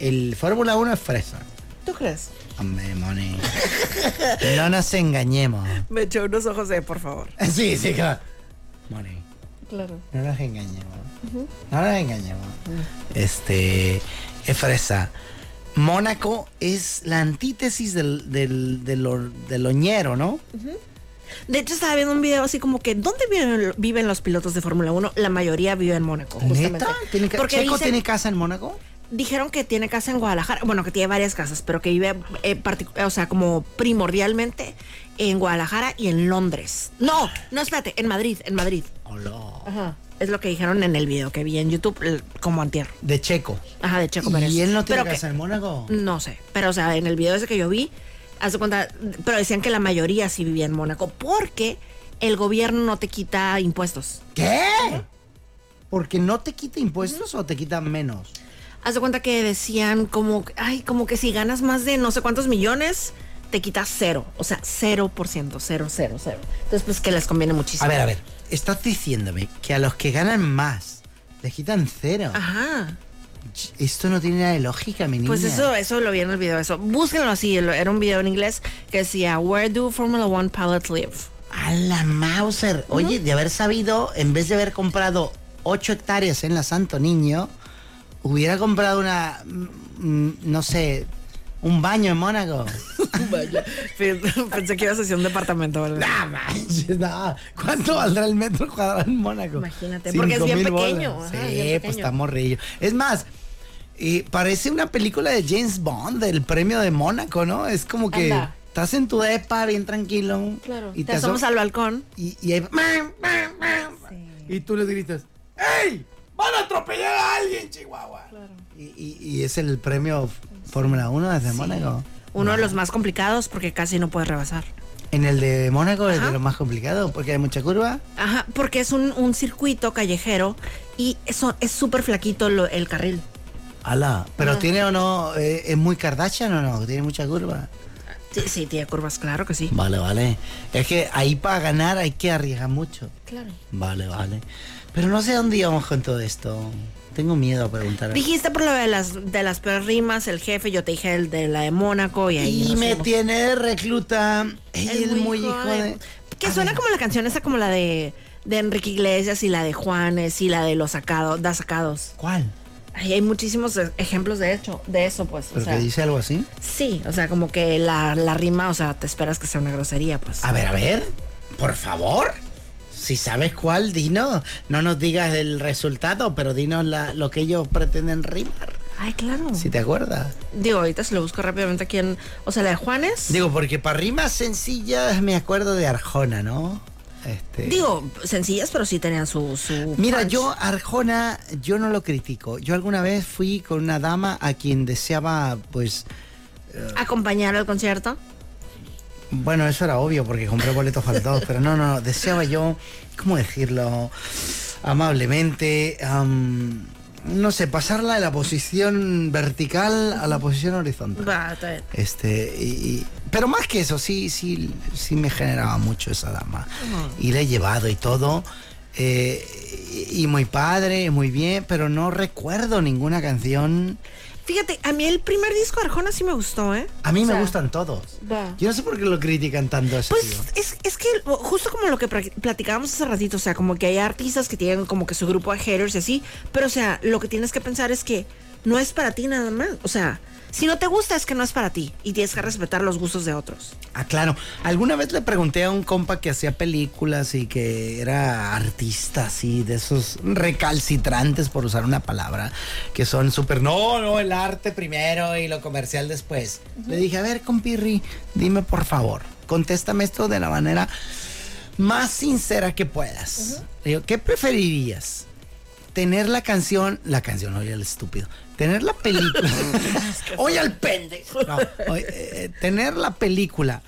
Speaker 5: El Fórmula 1 es fresa.
Speaker 2: ¿Tú crees?
Speaker 5: Hombre, Moni. No nos engañemos.
Speaker 2: Me echó unos ojos de, por favor.
Speaker 5: Sí, sí, claro. Money.
Speaker 2: Claro.
Speaker 5: No nos engañemos. No nos engañemos. Este. Es fresa. Mónaco es la antítesis del, del, del, or- del oñero, ¿no?
Speaker 2: De hecho, estaba viendo un video así como que, ¿dónde viven, viven los pilotos de Fórmula 1? La mayoría vive en Mónaco, justamente.
Speaker 5: ¿Neta? ¿Tiene ca-
Speaker 2: Porque
Speaker 5: ¿Checo
Speaker 2: dicen-
Speaker 5: tiene casa en Mónaco?
Speaker 2: dijeron que tiene casa en Guadalajara, bueno, que tiene varias casas, pero que vive, eh, partic- o sea, como primordialmente en Guadalajara y en Londres. No, no, espérate, en Madrid, en Madrid.
Speaker 5: Hola.
Speaker 2: Ajá. Es lo que dijeron en el video que vi en YouTube, el- como antier.
Speaker 5: De Checo.
Speaker 2: Ajá, de Checo Pérez.
Speaker 5: ¿Y él no tiene
Speaker 2: Pero que- Mm.
Speaker 5: casa en Mónaco?
Speaker 2: No sé, pero o sea, en el video ese que yo vi, hace cuenta, pero decían que la mayoría sí vivía en Mónaco, porque el gobierno no te quita impuestos.
Speaker 5: ¿Qué? ¿Porque no te quita impuestos o te quita menos?
Speaker 2: Haz de cuenta que decían como, ay, como que si ganas más de no sé cuántos millones, te quitas cero. O sea, cero por ciento, cero, cero, cero. Entonces, pues que les conviene muchísimo.
Speaker 5: A ver, a ver. Estás diciéndome que a los que ganan más les quitan cero.
Speaker 2: Ajá.
Speaker 5: Ch- Esto no tiene nada de lógica, mi
Speaker 2: Ah.
Speaker 5: niña.
Speaker 2: Pues eso, eso lo vi en el video, eso. Búsquenlo así, lo- era un video en inglés que decía, Where do Formula One pilots live?
Speaker 5: A la Mauser. Oye, de haber sabido, en vez de haber comprado 8 hectáreas en la Santo Niño, hubiera comprado una, mm, mm, no sé, un baño en Mónaco.
Speaker 2: Pensé que ibas a decir un departamento, ¿verdad?
Speaker 5: Ah, manches, no. ¿Cuánto valdrá el metro cuadrado en Mónaco?
Speaker 2: Imagínate,
Speaker 5: Cinco
Speaker 2: porque es bien
Speaker 5: mil
Speaker 2: pequeño,
Speaker 5: bolas.
Speaker 2: ajá,
Speaker 5: sí,
Speaker 2: bien
Speaker 5: pues
Speaker 2: pequeño.
Speaker 5: está morrillo. Es más, eh, parece una película de James Bond, del premio de Mónaco, ¿no? Es como que
Speaker 2: Anda.
Speaker 5: estás en tu depa bien tranquilo.
Speaker 2: Claro.
Speaker 5: Y
Speaker 2: te
Speaker 5: te
Speaker 2: asomamos
Speaker 5: asom-
Speaker 2: al balcón.
Speaker 5: y, y ahí- Y tú les gritas, ¡Ey! ¡Van a atropellar a alguien, Chihuahua! Y, y- y es el premio Fórmula 1 desde Mónaco.
Speaker 2: Uno de los más complicados porque casi no puedes rebasar.
Speaker 5: En el de Mónaco es
Speaker 2: Ajá.
Speaker 5: de lo más complicado porque hay mucha curva.
Speaker 2: Ajá, porque es un, un circuito callejero y eso es súper flaquito lo- el carril.
Speaker 5: Ala, pero tiene o no, eh, es muy Kardashian o no, tiene mucha curva.
Speaker 2: Sí, sí, tiene curvas, claro que sí.
Speaker 5: Vale, vale. Es que ahí para ganar hay que arriesgar mucho.
Speaker 2: Claro.
Speaker 5: Vale, vale. Pero no sé a dónde íbamos con todo esto. Tengo miedo a preguntar.
Speaker 2: Dijiste por lo de las, de las peores rimas, el jefe, yo te dije el de la de Mónaco y ahí.
Speaker 5: Y
Speaker 2: nos
Speaker 5: me
Speaker 2: fuimos.
Speaker 5: tiene de recluta. El, muy hijo de...
Speaker 2: Que
Speaker 5: A
Speaker 2: suena
Speaker 5: ver,
Speaker 2: como la canción esa, como la de, de Enrique Iglesias y la de Juanes y la de los sacados, da sacados.
Speaker 5: ¿Cuál?
Speaker 2: Ay, hay muchísimos e- ejemplos de hecho, de eso, pues. O
Speaker 5: ¿Pero
Speaker 2: sea,
Speaker 5: que dice algo así?
Speaker 2: sí, o sea, como que la, la rima, o sea, te esperas que sea una grosería, pues.
Speaker 5: A ver, a ver. Por favor. Si sabes cuál, dinos. No nos digas el resultado, pero dinos la- lo que ellos pretenden rimar.
Speaker 2: Ay, claro.
Speaker 5: Si te acuerdas.
Speaker 2: Digo, ahorita se lo busco rápidamente aquí en. O sea, la de Juanes.
Speaker 5: Digo, porque para rimas sencillas me acuerdo de Arjona, ¿no? Este...
Speaker 2: Digo, sencillas, pero sí tenían su. su
Speaker 5: Mira,
Speaker 2: punch.
Speaker 5: yo Arjona, yo no lo critico. Yo alguna vez fui con una dama a quien deseaba, pues,
Speaker 2: Acompañar al concierto.
Speaker 5: bueno, eso era obvio porque compré boletos para todos, pero no, no, deseaba yo, ¿cómo decirlo? Amablemente, am, no sé, pasarla de la posición vertical a la posición horizontal.
Speaker 2: Va, está bien.
Speaker 5: Este, y, y- pero más que eso, sí, sí, sí me generaba mucho esa dama. Y la he llevado y todo. eh, y, y muy padre, muy bien, pero no recuerdo ninguna canción.
Speaker 2: Fíjate, a mí el primer disco de Arjona sí me gustó, ¿eh?
Speaker 5: A mí
Speaker 2: O
Speaker 5: me
Speaker 2: sea,
Speaker 5: gustan todos.
Speaker 2: va.
Speaker 5: Yo no sé por qué lo critican tanto a ese
Speaker 2: Pues
Speaker 5: tío.
Speaker 2: es, es que o- justo como lo que pra- platicábamos hace ratito, o sea, como que hay artistas que tienen como que su grupo de haters y así, pero o sea, lo que tienes que pensar es que no es para ti nada más, o sea, si no te gusta es que no es para ti y tienes que respetar los gustos de otros.
Speaker 5: Ah, claro. Alguna vez le pregunté a un compa que hacía películas y que era artista, así, de esos recalcitrantes, por usar una palabra, que son súper, no, no, el arte primero y lo comercial después. Le dije, a ver, compirri, dime por favor, contéstame esto de la manera más sincera que puedas. Le digo, ¿qué preferirías? Tener la canción, la canción, oye, el estúpido. Tener la película. oye, el pendejo. No, oye, eh, eh, tener la película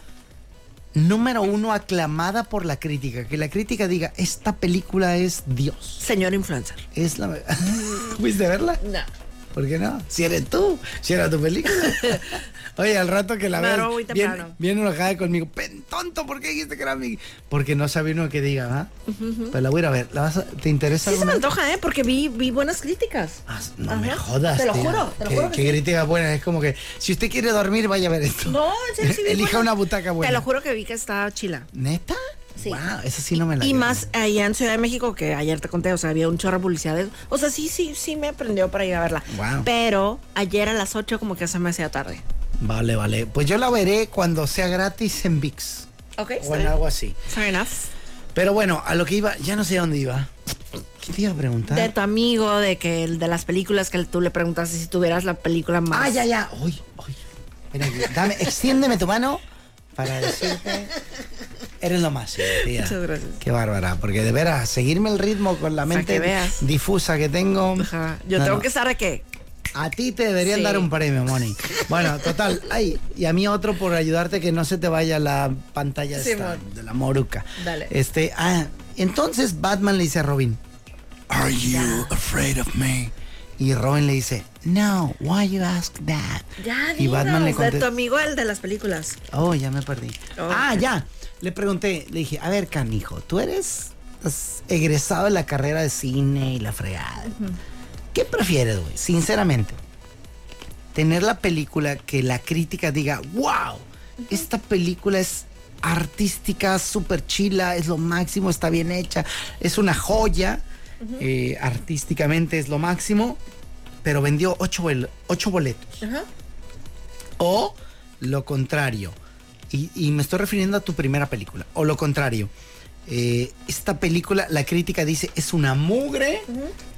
Speaker 5: número uno aclamada por la crítica. Que la crítica diga, esta película es Dios.
Speaker 2: Señor influencer.
Speaker 5: Es la. ¿Fuiste a verla?
Speaker 2: No.
Speaker 5: ¿Por qué no? Si eres tú, si era tu película. Oye, al rato que la
Speaker 2: Me
Speaker 5: ves,
Speaker 2: agarró muy
Speaker 5: bien,
Speaker 2: temprano.
Speaker 5: bien enojada conmigo. Pen, tonto, ¿por qué dijiste que era mi...? Porque no sabía uno que diga, ¿ah? Pues la voy a ir a ver. ¿La vas a- ¿Te interesa
Speaker 2: Sí se me
Speaker 5: alguna?
Speaker 2: antoja, ¿eh? Porque vi, vi buenas críticas.
Speaker 5: Ah, no
Speaker 2: Ajá.
Speaker 5: me jodas,
Speaker 2: Te lo
Speaker 5: tía.
Speaker 2: juro, te lo
Speaker 5: Qué-
Speaker 2: juro. que
Speaker 5: Qué
Speaker 2: sí.
Speaker 5: crítica buena. Es como que, si usted quiere dormir, vaya a ver esto.
Speaker 2: No, en serio, sí vi
Speaker 5: Elija
Speaker 2: buenas.
Speaker 5: una butaca buena.
Speaker 2: Te lo juro que vi que estaba chila.
Speaker 5: ¿Neta?
Speaker 2: Sí.
Speaker 5: Wow, esa sí no me la
Speaker 2: Y
Speaker 5: creo.
Speaker 2: más allá en Ciudad de México, que ayer te conté, o sea, había un chorro de publicidades. O sea, sí, sí, sí me prendió para ir a verla.
Speaker 5: Wow.
Speaker 2: Pero ayer a las 8 como que se me hacía tarde.
Speaker 5: Vale, vale. Pues yo la veré cuando sea gratis en VIX.
Speaker 2: Ok,
Speaker 5: O
Speaker 2: está
Speaker 5: en
Speaker 2: bien.
Speaker 5: algo así.
Speaker 2: Fair enough.
Speaker 5: Pero bueno, a lo que iba, ya no sé a dónde iba. ¿Qué te iba a preguntar?
Speaker 2: De tu amigo, de que el de las películas que tú le preguntaste si tuvieras la película más.
Speaker 5: Ah, ya, ya. Uy, uy. Ven aquí. Dame, extiéndeme tu mano para decirte. Eres lo más, tía.
Speaker 2: Muchas gracias.
Speaker 5: Qué bárbara, porque de veras, seguirme el ritmo con la
Speaker 2: sea,
Speaker 5: mente
Speaker 2: que veas.
Speaker 5: difusa que tengo.
Speaker 2: Ajá. Yo
Speaker 5: No,
Speaker 2: tengo
Speaker 5: no.
Speaker 2: que estar de qué.
Speaker 5: A ti te deberían
Speaker 2: Sí.
Speaker 5: dar un premio, Moni. Bueno, total. Ay, y a mí otro por ayudarte que no se te vaya la pantalla
Speaker 2: Sí,
Speaker 5: esta,
Speaker 2: Mon.
Speaker 5: de la moruca.
Speaker 2: Dale.
Speaker 5: Este, ah, entonces Batman le dice a Robin, Are you afraid of me? Y Robin le dice, No, why you ask that?
Speaker 2: Ya,
Speaker 5: y Batman le
Speaker 2: de tu
Speaker 5: contesta,
Speaker 2: amigo, el de las películas.
Speaker 5: Oh, ya me perdí.
Speaker 2: Oh.
Speaker 5: Ah, ya. Le pregunté, le dije, a ver, canijo, tú eres has egresado de la carrera de cine y la fregada. ¿Qué prefieres, güey? Sinceramente, tener la película que la crítica diga, wow, esta película es artística, súper chila, es lo máximo, está bien hecha, es una joya, eh, artísticamente es lo máximo, pero vendió ocho, bol- ocho boletos. O lo contrario. Y, y me estoy refiriendo a tu primera película. O lo contrario. eh, esta película, la crítica dice, es una mugre.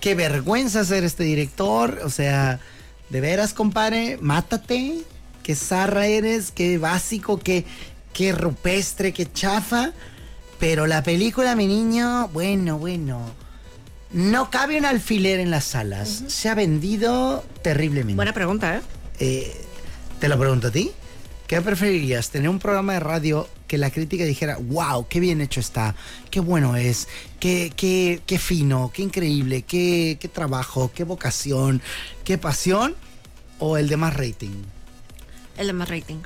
Speaker 5: Qué vergüenza ser este director. O sea, de veras, compadre, mátate. Qué zarra eres, qué básico, qué, qué rupestre, qué chafa. Pero la película, mi niño, bueno, bueno. No cabe un alfiler en las salas. Se ha vendido terriblemente.
Speaker 2: Buena pregunta, ¿eh?
Speaker 5: Eh, te lo pregunto a ti. ¿Qué preferirías? ¿Tener un programa de radio que la crítica dijera, wow, qué bien hecho está, qué bueno es, qué, qué, qué fino, qué increíble, qué, qué trabajo, qué vocación, qué pasión? ¿O el de más rating?
Speaker 2: El de más rating.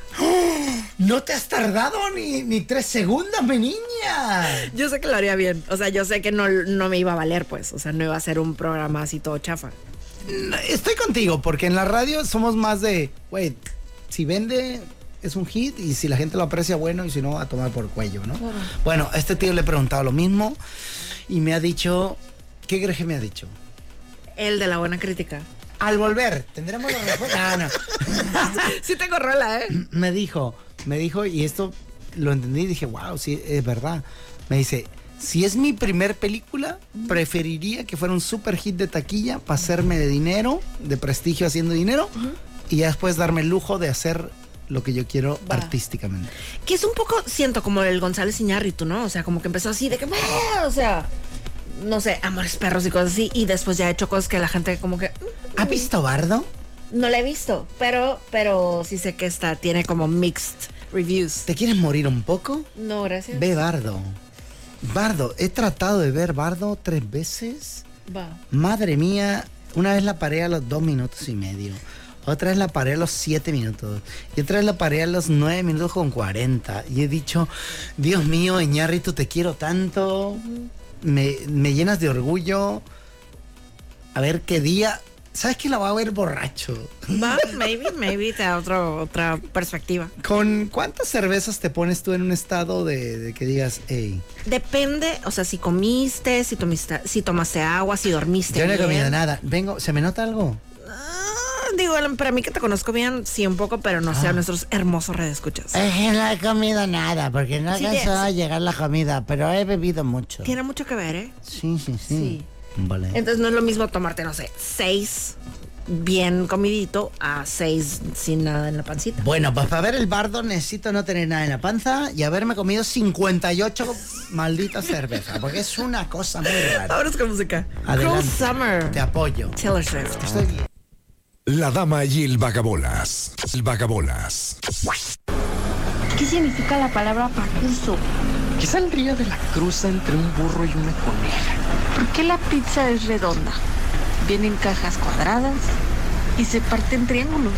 Speaker 5: No te has tardado ni, ni tres segundos, mi niña.
Speaker 2: Yo sé que lo haría bien. O sea, yo sé que no, no me iba a valer, pues. O sea, no iba a ser un programa así todo chafa.
Speaker 5: No, Estoy contigo, porque en la radio somos más de, güey, si vende es un hit y si la gente lo aprecia, bueno, y si no, a tomar por cuello, ¿no? Bueno, a este tío le he preguntado lo mismo y me ha dicho, ¿qué crees que me ha dicho?
Speaker 2: El de la buena crítica.
Speaker 5: Al volver, tendremos la respuesta. Ah, no.
Speaker 2: Sí tengo rola, ¿eh?
Speaker 5: Me dijo, me dijo, y esto lo entendí y dije, wow, sí, es verdad. Me dice, si es mi primer película, preferiría que fuera un super hit de taquilla para hacerme de dinero, de prestigio haciendo dinero, y ya después darme el lujo de hacer lo que yo quiero
Speaker 2: Va.
Speaker 5: artísticamente.
Speaker 2: Que es un poco, siento, como el González Iñárritu, ¿no? O sea, como que empezó así de que, "Ah", o sea, no sé, amores perros y cosas así. Y después ya ha hecho cosas que la gente como que "Mm,
Speaker 5: ¿Has visto Bardo?
Speaker 2: no la he visto. Pero, pero sí sé que esta tiene como mixed reviews.
Speaker 5: ¿Te quieres morir un poco?
Speaker 2: No, gracias.
Speaker 5: Ve Bardo. Bardo, he tratado de ver Bardo tres veces.
Speaker 2: Va.
Speaker 5: Madre mía, una vez la paré a los dos minutos y medio. Otra vez la paré a los siete minutos. Y otra vez la paré a los nueve minutos con cuarenta. Y he dicho, Dios mío, Iñárritu, te quiero tanto. Me, me llenas de orgullo. A ver qué día. ¿Sabes que la va a ver borracho?
Speaker 2: Va, maybe, maybe te da otro, otra perspectiva.
Speaker 5: ¿Con cuántas cervezas te pones tú en un estado de, de que digas, hey,
Speaker 2: Depende, o sea, si comiste, si tomiste, si tomaste agua, si dormiste.
Speaker 5: yo no he
Speaker 2: bien.
Speaker 5: comido nada? Vengo, ¿se me nota algo?
Speaker 2: Ah, Digo, para mí que te conozco bien, sí un poco, pero no sé,
Speaker 5: Ah.
Speaker 2: a nuestros hermosos redescuchas.
Speaker 5: Eh.
Speaker 3: Es que no he comido nada, porque no
Speaker 2: Sí,
Speaker 3: alcanzó
Speaker 2: sí.
Speaker 3: a llegar la comida, pero he bebido mucho.
Speaker 2: Tiene mucho que ver, ¿eh?
Speaker 5: Sí, sí, sí.
Speaker 2: Sí.
Speaker 5: Vale.
Speaker 2: Entonces no es lo mismo tomarte, no sé, seis bien comidito a seis sin nada en la pancita.
Speaker 5: Bueno, pues para ver el bardo necesito no tener nada en la panza y haberme comido 58 malditas cervezas, porque es una cosa muy rara.
Speaker 2: Ahora es con música. Cruel
Speaker 5: Adelante.
Speaker 2: Summer.
Speaker 5: Te apoyo.
Speaker 2: Taylor Swift.
Speaker 5: Estoy bien.
Speaker 1: La dama y el vagabolas. El vagabolas.
Speaker 6: ¿Qué significa la palabra pacuso?
Speaker 7: ¿Qué saldría de la cruza entre un burro y una coneja?
Speaker 6: ¿Por qué la pizza es redonda? Viene en cajas cuadradas y se parte en triángulos.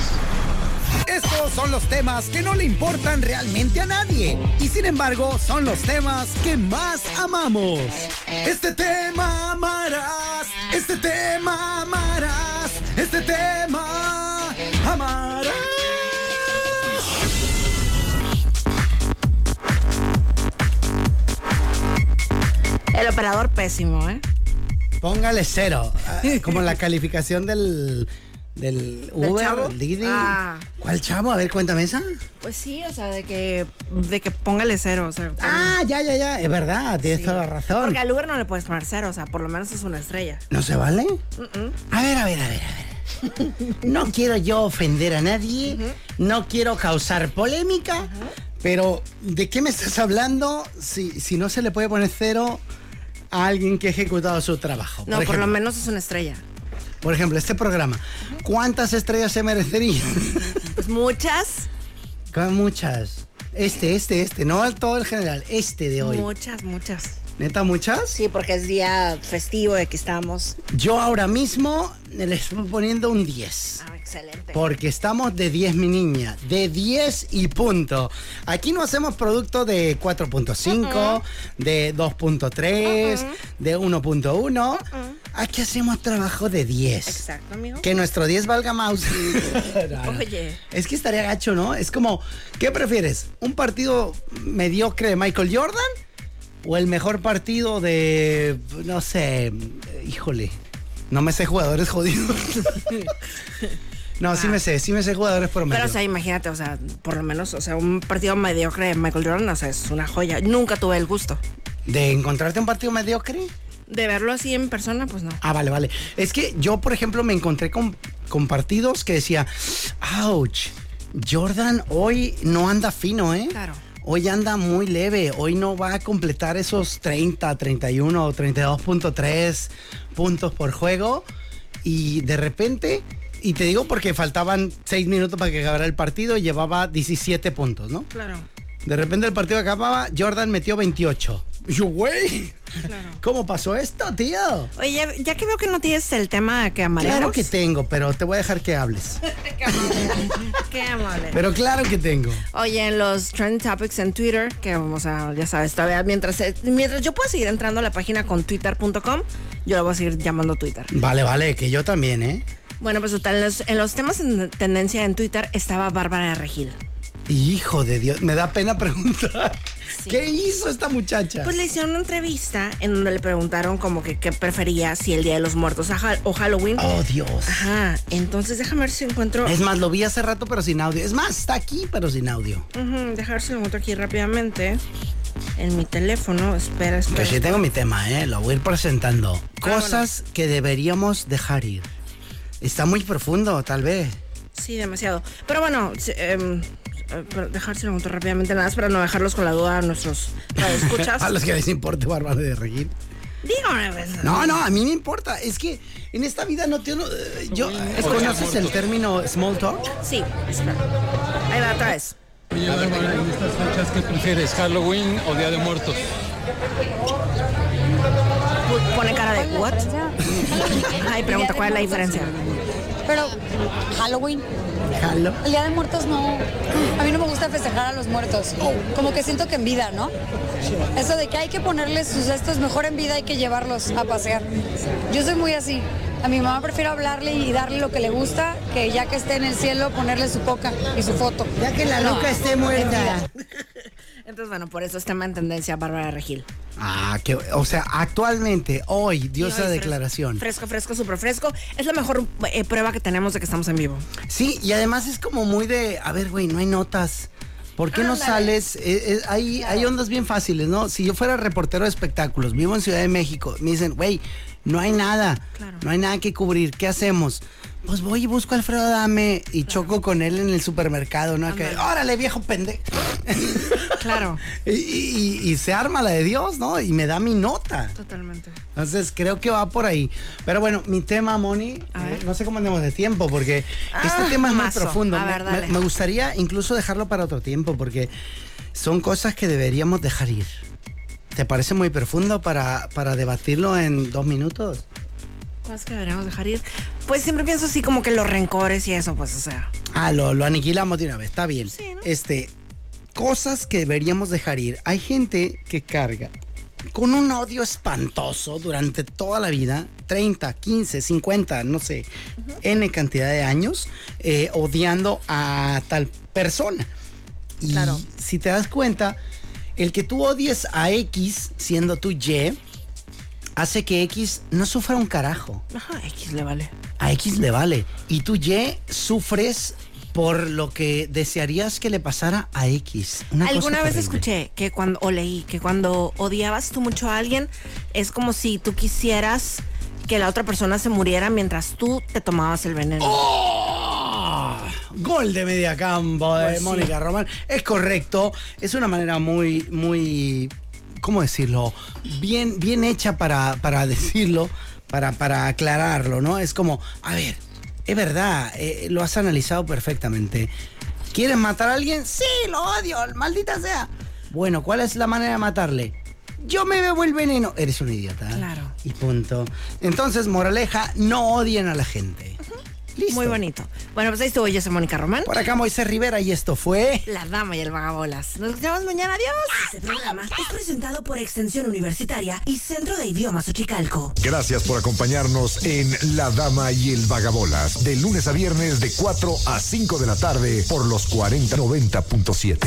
Speaker 5: Estos son los temas que no le importan realmente a nadie. Y sin embargo, son los temas que más amamos. Este tema amarás. Este tema amarás. Este tema amarás.
Speaker 2: El operador pésimo, ¿eh?
Speaker 5: Póngale cero. ah, Como la calificación del. Del Uber,
Speaker 2: chavo?
Speaker 5: Didi.
Speaker 2: Ah.
Speaker 5: ¿Cuál chavo? A ver, cuéntame esa.
Speaker 2: Pues sí, o sea, de que, de que póngale cero, o sea. por-
Speaker 5: Ah, ya, ya, ya. Es verdad, tienes toda la razón.
Speaker 2: Porque al Uber no le puedes poner cero, o sea, por lo menos es una estrella.
Speaker 5: ¿No se vale? A ver, a ver, a ver, a ver. No quiero yo ofender a nadie, no quiero causar polémica, pero ¿de qué me estás hablando si, si no se le puede poner cero a alguien que ha ejecutado su trabajo?
Speaker 2: No, por lo menos es una estrella.
Speaker 5: por ejemplo, este programa, ¿cuántas estrellas se merecería?
Speaker 2: Pues muchas,
Speaker 5: Con muchas. Este, este, este, no al todo el general, este de hoy.
Speaker 2: muchas, muchas.
Speaker 5: ¿Neta muchas?
Speaker 2: Sí, porque es día festivo de que estamos.
Speaker 5: Yo ahora mismo le estoy poniendo un 10.
Speaker 2: Ah, excelente.
Speaker 5: Porque estamos de 10, mi niña. De 10 y punto. Aquí no hacemos producto de 4.5,
Speaker 2: Uh-uh.
Speaker 5: de 2.3, de 1.1. Aquí hacemos trabajo de 10.
Speaker 2: Uh-uh. Exacto, amigo.
Speaker 5: Que nuestro 10 valga mouse.
Speaker 2: Oye.
Speaker 5: Es que estaría gacho, ¿no? Es como, ¿qué prefieres? ¿Un partido mediocre de Michael Jordan? ¿O el mejor partido de, no sé, híjole, no me sé jugadores jodidos? no, sí me sé, sí me sé jugadores por
Speaker 2: Ah. Pero, o sea, imagínate, o sea, por lo menos, o sea, un partido mediocre de Michael Jordan, o sea, es una joya. Nunca tuve el gusto.
Speaker 5: ¿De encontrarte un partido mediocre?
Speaker 2: De verlo así en persona, pues no.
Speaker 5: Ah, vale, vale. Es que yo, por ejemplo, me encontré con, con partidos que decía, ouch, Jordan hoy no anda fino, ¿eh?
Speaker 2: Claro.
Speaker 5: Hoy anda muy leve, hoy no va a completar esos 30, 31 o 32.3 puntos por juego. Y de repente, y te digo porque faltaban 6 minutos para que acabara el partido, y llevaba 17 puntos, ¿no?
Speaker 2: Claro.
Speaker 5: De repente el partido acababa, Jordan metió 28. Yo, güey, ¿cómo pasó esto, tío?
Speaker 2: Oye, ya, ya que veo que no tienes el tema que amaremos.
Speaker 5: Claro que tengo, pero te voy a dejar que hables.
Speaker 2: Qué amable.
Speaker 5: Pero claro que tengo.
Speaker 2: Oye, en los trend topics en Twitter, que vamos a, ya sabes, todavía mientras, eh, mientras yo pueda seguir entrando a la página con twitter.com, yo la voy a seguir llamando Twitter.
Speaker 5: Vale, vale, que yo también, ¿eh?
Speaker 2: Bueno, pues total, en los, en los temas en tendencia en Twitter estaba Bárbara de Regil.
Speaker 5: Hijo de Dios, me da pena preguntar.
Speaker 2: Sí.
Speaker 5: ¿Qué hizo esta muchacha?
Speaker 2: Pues le hicieron una entrevista en donde le preguntaron como que qué prefería, si el Día de los Muertos a Hal- o Halloween.
Speaker 5: Oh, Dios.
Speaker 2: Ajá, entonces déjame ver si encuentro...
Speaker 5: Es más, lo vi hace rato, pero sin audio. Es más, está aquí, pero sin audio.
Speaker 2: Ujú, déjame ver si lo encuentro aquí rápidamente. En mi teléfono, espera, espera.
Speaker 5: Pues sí tengo mi tema, ¿eh? Lo voy a ir presentando. Cosas que deberíamos dejar ir. Está muy profundo, tal vez.
Speaker 2: Sí, demasiado. Pero bueno, sí, em, eh, pero dejárselo junto rápidamente, nada más para no dejarlos con la duda a nuestros escuchas.
Speaker 5: A los que les importe, Bárbara de Regil.
Speaker 2: Digo una vez.
Speaker 5: No, no, a mí me importa. Es que en esta vida no tengo... eh, Yo, ¿Conoces el término small talk?
Speaker 2: Sí, espera. Ahí va, otra vez.
Speaker 8: Oye, Bárbara, en estas fechas, ¿qué prefieres, Halloween o Día de Muertos?
Speaker 2: Pu- Pone cara de, ¿what? Ay, pregunta, ¿cuál es la diferencia?
Speaker 9: Pero Halloween,
Speaker 5: Jalo.
Speaker 9: el Día de Muertos no. A mí no me gusta festejar a los muertos. Como que siento que en vida, ¿no? Eso de que hay que ponerles sus estos mejor en vida hay que llevarlos a pasear. Yo soy muy así. A mi mamá prefiero hablarle y darle lo que le gusta que ya que esté en el cielo ponerle su coca y su foto.
Speaker 3: Ya que la
Speaker 9: No,
Speaker 3: loca esté muerta.
Speaker 2: Entonces, bueno, por eso es tema en tendencia Bárbara Regil.
Speaker 5: Ah, que, o sea, actualmente, hoy, dio
Speaker 2: Ay,
Speaker 5: esa
Speaker 2: fres-
Speaker 5: declaración.
Speaker 2: Fresco, fresco, súper fresco. Es la mejor eh, prueba que tenemos de que estamos en vivo.
Speaker 5: Sí, y además es como muy de, a ver, güey, no hay notas. ¿Por qué no sales? Eh, eh, hay, hay ondas bien fáciles, ¿no? Si yo fuera reportero de espectáculos, vivo en Ciudad de México, me dicen, güey, no hay nada,
Speaker 2: Claro.
Speaker 5: no hay nada que cubrir, ¿qué hacemos? Pues voy y busco a Alfredo Adame y choco con él en el supermercado, ¿no? Que, órale, viejo pendejo.
Speaker 2: Claro.
Speaker 5: y, y- y- y se arma la de Dios, ¿no? Y me da mi nota.
Speaker 2: Totalmente.
Speaker 5: Entonces creo que va por ahí. Pero bueno, mi tema, Moni,
Speaker 2: A
Speaker 5: eh,
Speaker 2: ver.
Speaker 5: no sé cómo andemos de tiempo, porque
Speaker 2: Ah,
Speaker 5: este tema es
Speaker 2: mazo.
Speaker 5: muy profundo.
Speaker 2: A
Speaker 5: Me-
Speaker 2: ver,
Speaker 5: me,
Speaker 2: dale.
Speaker 5: me gustaría incluso dejarlo para otro tiempo, porque son cosas que deberíamos dejar ir. ¿Te parece muy profundo para, para debatirlo en dos minutos?
Speaker 2: Cosas que deberíamos dejar ir. Pues siempre pienso así como que los rencores y eso, pues, o sea.
Speaker 5: Ah, lo, lo aniquilamos de una vez, está bien.
Speaker 2: Sí, ¿no?
Speaker 5: Este, cosas que deberíamos dejar ir. Hay gente que carga con un odio espantoso durante toda la vida, 30, 15, 50, no sé, N cantidad de años, eh, odiando a tal persona. Y
Speaker 2: Claro.
Speaker 5: si te das cuenta, el que tú odies a X siendo tú Y, hace que X no sufra un carajo
Speaker 2: Ajá, X le vale.
Speaker 5: a X le vale. Y tú, Y, sufres por lo que desearías que le pasara a X. Una cosa
Speaker 2: Alguna vez
Speaker 5: terrible.
Speaker 2: escuché que cuando, o leí, que cuando odiabas tú mucho a alguien, es como si tú quisieras que la otra persona se muriera mientras tú te tomabas el veneno.
Speaker 5: Oh, ¡Ah! Gol de media campo de
Speaker 2: Pues sí.
Speaker 5: Mónica Román. Es correcto. Es una manera muy, muy. ¿Cómo decirlo? Bien, bien hecha para, para decirlo, para, para aclararlo, ¿no? Es como, a ver, es verdad, eh, lo has analizado perfectamente. ¿Quieres matar a alguien? Sí, lo odio, maldita sea. Bueno, ¿cuál es la manera de matarle? Yo me bebo el veneno. Eres un idiota. ¿eh?
Speaker 2: Claro.
Speaker 5: Y punto. Entonces, moraleja, no odien a la gente. Listo.
Speaker 2: Muy bonito. Bueno, pues ahí estuvo yo, soy Mónica Román,
Speaker 5: Por acá Moisés Rivera y esto fue...
Speaker 2: la dama y el vagabolas. Nos vemos mañana, adiós.
Speaker 4: Este programa es presentado por Extensión Universitaria y Centro de Idiomas Uchicalco.
Speaker 1: Gracias por acompañarnos en La Dama y el Vagabolas, de lunes a viernes de 4 a 5 de la tarde por los 4090.7.